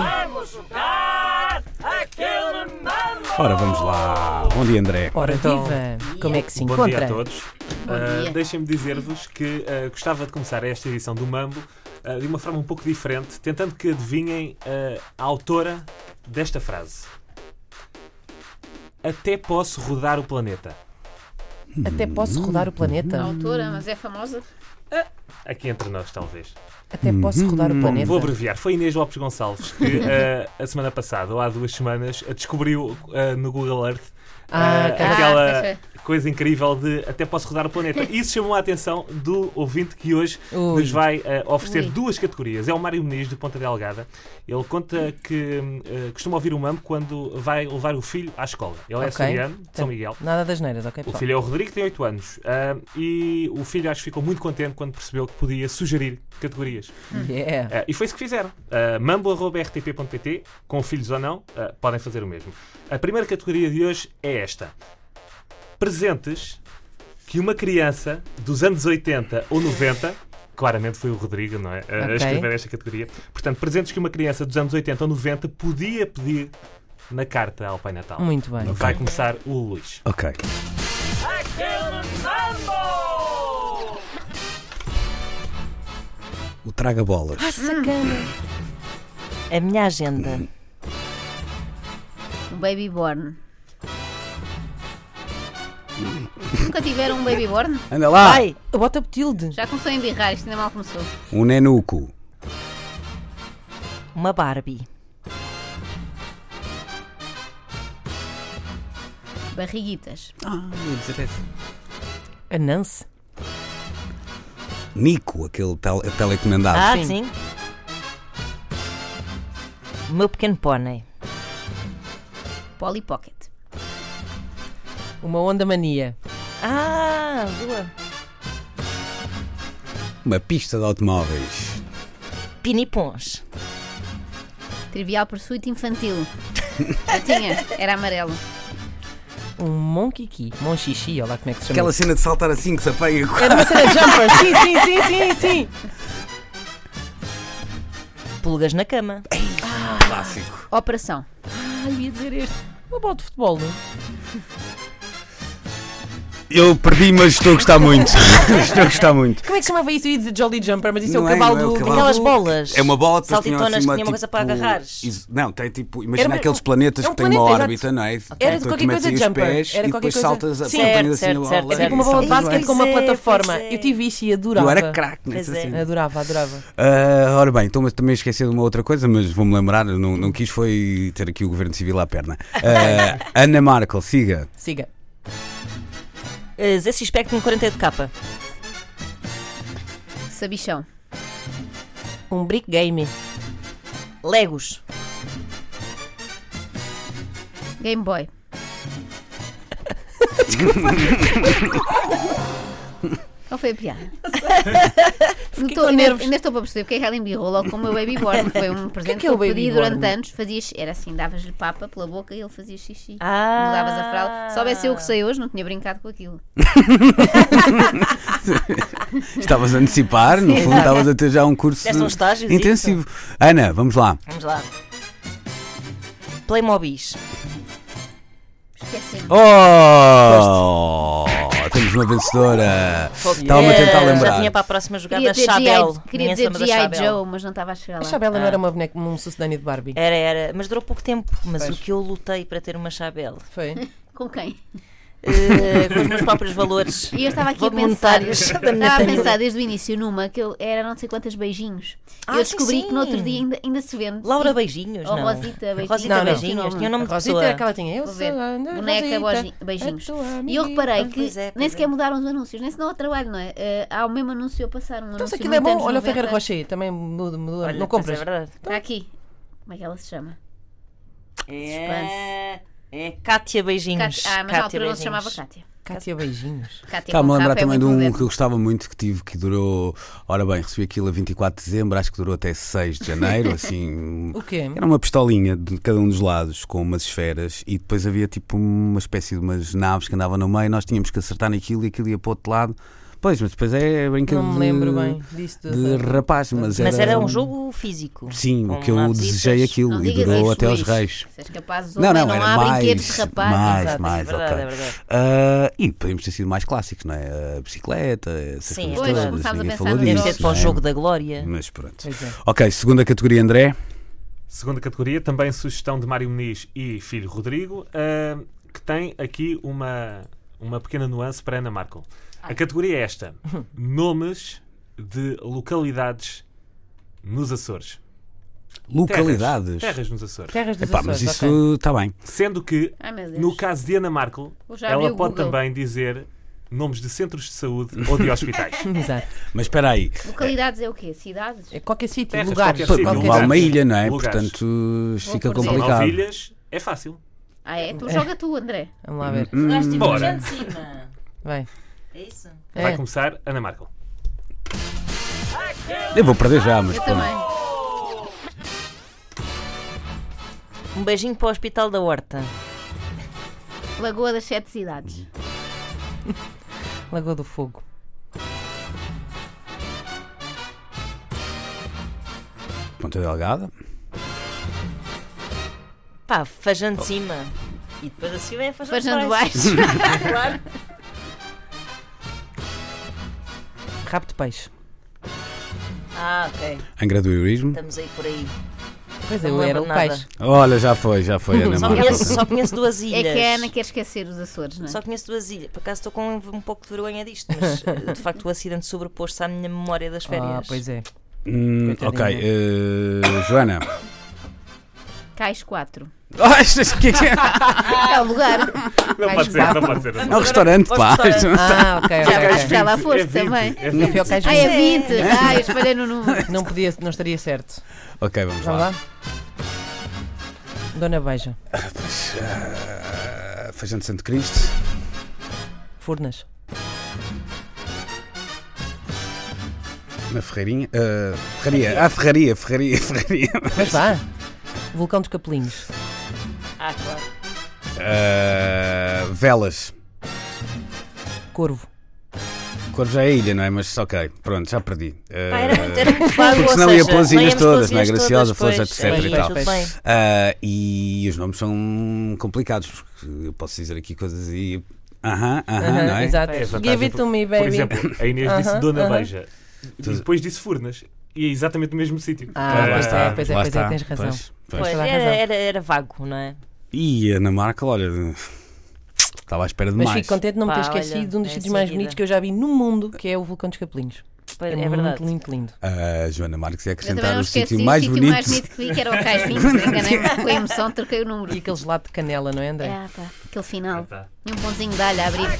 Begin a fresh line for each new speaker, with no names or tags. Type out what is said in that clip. Vamos jogar aquele mambo!
Ora, vamos lá. Bom dia, André.
Ora, então,
Viva!
como é que se
Bom
encontra?
dia a todos. Ah,
dia.
Deixem-me dizer-vos que ah, gostava de começar esta edição do Mambo ah, de uma forma um pouco diferente, tentando que adivinhem ah, a autora desta frase. Até posso rodar o planeta.
Até posso rodar o planeta?
Autora, mas é famosa.
Aqui entre nós, talvez.
Até posso rodar o planeta?
Hum, Vou abreviar. Foi Inês Lopes Gonçalves que ah, a semana passada, ou há duas semanas, ah, descobriu ah, no Google Earth
Ah,
ah,
cara.
Ah,
aquela
sei,
coisa incrível de até posso rodar o planeta. Isso chamou a atenção do ouvinte que hoje
Ui.
nos vai eh, oferecer
Ui.
duas categorias. É o Mário Muniz, de Ponta Delgada. Ele conta que hum, eh, costuma ouvir o Mambo quando vai levar o filho à escola. Ele
Ok.
é açoriano, de São Miguel.
Nada das neiras, ok,
O
pessoal?
filho é o Rodrigo, tem 8 anos. Ah, e o filho acho que ficou muito contente quando percebeu que podia sugerir categorias.
Hum. Yeah.
Ah, e foi isso que fizeram. Ah, mambo.rtp.pt, com filhos ou não, ah, podem fazer o mesmo. A primeira categoria de hoje é esta: presentes que uma criança dos anos 80 ou 90. Claramente foi o Rodrigo, não é? A
Ok.
escrever esta categoria. Portanto, presentes que uma criança dos anos 80 ou 90 podia pedir na carta ao Pai Natal.
Muito bem.
Vai começar o Luís.
Ok.
Aquele mambo!
O Traga Bolas.
Ah, sacana! A minha agenda.
Hum.
Um baby born. Nunca tiveram um baby born?
Anda lá.
Ah. Ai, bota tilde.
Já começou a embirrar, isto ainda mal começou.
Um Nenuco.
Uma Barbie.
Barriguitas.
A Nance.
Nico, aquele tel- telecomandado.
Ah,
Sim.
sim. Meu pequeno pônei.
Polly Pocket.
Uma Onda Mania.
Ah, boa.
Uma pista de automóveis.
Pinipons.
Trivial Pursuit Infantil. Já tinha, era amarelo.
Um Monkiki. Monchichi, olha lá como é que se chama.
Aquela cena de saltar assim que se apanha.
Era uma cena de é jumper. Sim, sim, sim, sim, sim.
Pulgas na cama.
Clássico.
Operação.
Ai, ia dizer este. Uma bola de futebol, não? é?
Eu perdi, mas estou a gostar muito. estou a gostar muito.
Como é que se chamava isso? Eu ia dizer Jolly Jumper, mas isso é
Não
o
é,
cavalo
não é o
do.
cavalo.
Aquelas bolas.
É uma bola que depois tinha
Saltitonas que
acima,
tinha uma coisa
tipo,
para agarrares.
is- Não, tem tipo. Imagina
Era uma-
aqueles planetas
é um
que têm uma
planeta,
órbita, não é?
Era de
Tu
qualquer
metes
coisa
aí os
jumper.
pés
Era
e
qualquer
depois
coisa-
saltas a
Sim,
apanhas
certo,
assim a
certo,
bola.
certo. É
Tipo uma bola de
Sim,
basquete com
pois
uma
é,
plataforma.
pois é.
Eu tive isso e adorava.
Eu era craque, não
Pois
assim.
é.
Adorava, adorava.
Ah, ora bem, estou-me também a esquecer de uma outra coisa, mas vou-me lembrar, eu não, não quis foi ter aqui o Governo Civil à perna. Ah, Ana Markel, siga.
Siga.
Uh, Zé Spectrum 40 de capa.
Sabichão.
Um brick game. Legos.
Game Boy. Qual foi a piada? Não tô-
com
ainda,
nervos.
ainda estou para perceber porque é que ela embirrou logo com o meu baby born, que foi um presente que,
que é o
eu pedi
baby
durante
born?
anos. Fazias, era assim, davas-lhe papa pela boca e ele fazia xixi.
Ah.
Mudavas a fralda. Soubesse eu o que sei hoje, não tinha brincado com aquilo.
Estavas a antecipar, no fundo estavas a ter já um curso
Deste uns estágios,
intensivo. Ana, vamos lá.
Vamos lá. Playmobis.
Esqueci.
Oh! Temos uma vencedora. Estava-me a tentar
Uh,
lembrar.
Já tinha para a próxima jogada
Queria ter
Chabel.
G.I. queria
Ninguém se lembra
dizer
da
G.I.
Chabel.
Joe, mas não estava a chegar
A
lá.
Chabela
Ah.
não era uma boneca, um sucedâneo de Barbie.
Era, era, mas durou pouco tempo. Mas o que eu lutei para ter uma Chabel
Foi.
Com quem?
Uh, com os meus próprios valores.
E eu estava aqui a
Vou-me
pensar,
montar
eu
isto
estava
da minha
a
família.
pensar desde o início numa que eu- era não sei quantas beijinhos.
Ah,
eu
sim,
descobri que no outro
sim.
dia ainda, ainda se vende.
Laura
E-
Beijinhos,
Ou
não.
Oh, Rosita Beijinhos. é
Rosita
Não, não.
Beijinhos, tinha o nome
a
de
Rosita
pessoa.
era aquela que tinha. Eu
Vou
sou
ver.
a Ana
Boneca
Rosita,
boji- beijinhos.
a tua
E eu
amiga.
reparei que
Pois é, pois
nem sequer
é.
mudaram os anúncios, nem se não há trabalho, não é? Eh, há o mesmo anúncio a passar um
Então, se
anúncio.
aquilo é
muito
bom,
anos
olha o
90.
Ferreira Rocher, também muda, muda-
Olha,
não
pois
compras.
É verdade.
Está aqui. Como é que ela se chama?
É, é Cátia Beijinhos.
Cátia- Ah, mas na altura não se chamava
Cátia.
Cátia.
Cátia Beijinhos.
Cátia
Estava-me
com
a lembrar
K é
também de
muito
um
moderno.
que eu gostava muito que tive, que durou. Ora bem, recebi aquilo a 24 de dezembro, acho que durou até 6 de janeiro, assim.
O quê?
Era uma pistolinha de cada um dos lados com umas esferas e depois havia tipo uma espécie de umas naves que andavam no meio. Nós tínhamos que acertar naquilo e aquilo ia para o outro lado. Pois, mas depois é brincadeira.
Não me lembro bem disso.
De, de rapaz, mas,
Mas era um jogo físico.
Sim, o
com
que eu
lápis.
desejei aquilo
Não
e
digas
durou
isso,
até aos
Luís.
reis.
Se és capaz de
Não, não,
não
era
há brinquedos
mais.
de rapaz.
mais,
Exato,
mais,
é verdade,
ok.
é verdade.
Ah, e podíamos ter sido mais clássicos, não é? A bicicleta, essas
Sim,
coisas
pois,
todas.
começámos a
ninguém
pensar
falou
nos
Deve ter
disso,
jogos.
de para o
não é?
jogo da glória.
Mas pronto.
Pois é.
Ok, segunda categoria, André.
Segunda categoria, também sugestão de Mário Muniz e filho Rodrigo, ah, que tem aqui uma, uma pequena nuance para Ana Marco. A categoria é esta: nomes de localidades nos Açores.
Localidades.
Terras, terras nos Açores.
Terras dos
Epá, mas
Açores, ok.
isso está bem.
Sendo que,
Ai, meu Deus.
no caso de Ana Marco,
Vou já abrir
ela
o
pode
Google.
também dizer nomes de centros de saúde ou de hospitais.
Exato.
Mas espera aí.
Localidades é o quê? Cidades?
É qualquer sítio,
Terras,
lugares.
qualquer
Pô,
sítio,
qualquer
Há uma
lugares.
ilha, não é?
Lugares.
Portanto, fica
por dizer.
São
complicado.
novilhas, é fácil.
Ah, é? Então joga tu, André.
Vamos lá ver.
Bora.
de cima.
Vai.
É isso?
Vai
É.
começar Ana Marco.
Eu vou perder já, mas
Eu
pronto.
também.
Um beijinho para o Hospital da Horta.
Lagoa das Sete Cidades.
Lagoa do Fogo.
Ponta Delgada.
Pá, Fajã de cima. E depois a seguir é Fajã
Fajão
de
de
baixo.
baixo.
Claro.
Rabo de peixe.
Ah, ok.
Angra do Heroísmo.
Estamos aí por aí.
Pois é,
Não
eu era
lembro
o
nada.
peixe.
Olha, já foi, já foi, Ana
Só
Marta.
conheço, só conheço duas
É
ilhas.
que a Ana quer esquecer os Açores, não é?
Só conheço duas ilhas. Por acaso estou com um pouco de vergonha disto, mas eh, de facto o acidente sobrepôs-se à minha memória das férias.
Ah, pois é.
Hum, ok,
Coitadinha.
eh, Joana.
Cais 4.
Ai, isto que é?
Ah!
é o lugar.
Não
Cais
pode ser, não pode ser. Não
É um
pode ser.
restaurante,
Ao
pá.
restaurante.
Isto-
Ah, ok, ok.
Cais
ok.
vinte, Já lá
é
foste
20,
também.
é
Não
20.
fui ao cais
Ah, é
vinte.
20. Ah, eu espalhei no número.
Não podia, não estaria certo.
Ok, vamos
Vamos
lá.
lá? Dona Beija.
Ah, Feijão de Santo Cristo.
Furnas.
Na Ferreirinha. ah, Ferraria. Ah, Ferraria, Ferraria, Ferraria.
Mas vá. Vulcão dos Capelinhos.
Ah, claro.
Ah, velas.
Corvo.
Corvo já é ilha, não é? Mas ok, pronto, já perdi. Ah,
Pá, era muito, era muito vago,
Porque
ou
senão ia
seja,
pelas
não
ilhas
íamos pelas
todas, não é?
ilhas
Graciosa,
todas,
Flores,
pois,
etc.
bem,
e tal.
tudo bem.
Ah, e os nomes são complicados. porque Eu posso dizer aqui coisas e. Aham, aham,
Aham,
não é?
Exato.
É, a vantagem,
Give it to me,
Por
baby.
exemplo, a Inês disse
Aham,
Dona
aham.
Beija. E depois disse Furnas. E é exatamente o mesmo sítio.
Ah,
Eh,
pois é, pois é,
Lá
pois é,
está.
tens razão.
Pois, pois.
Pois,
Toda a
era,
razão.
era, era vago, não é?
E a Ana Markel, olha. Estava à espera de
Mas
mais.
fico contente de não me ter
Pá, olha,
esquecido de um dos
é
sítios mais
seguida.
bonitos que eu já vi no mundo, que é o Vulcão dos Capelinhos.
Pois,
É,
é
muito
verdade.
lindo, lindo.
A Joana Marques ia
Eu também
acrescentar
não
o
esqueci.
sítio mais
o sítio
bonito.
mais bonito que vi, que era o Cais 20. Enganei-me é? com a emoção, troquei o número.
E aquele gelado de canela, não é, André?
Ah, pá, aquele final.
tá.
E um pontinho de alho a abrir.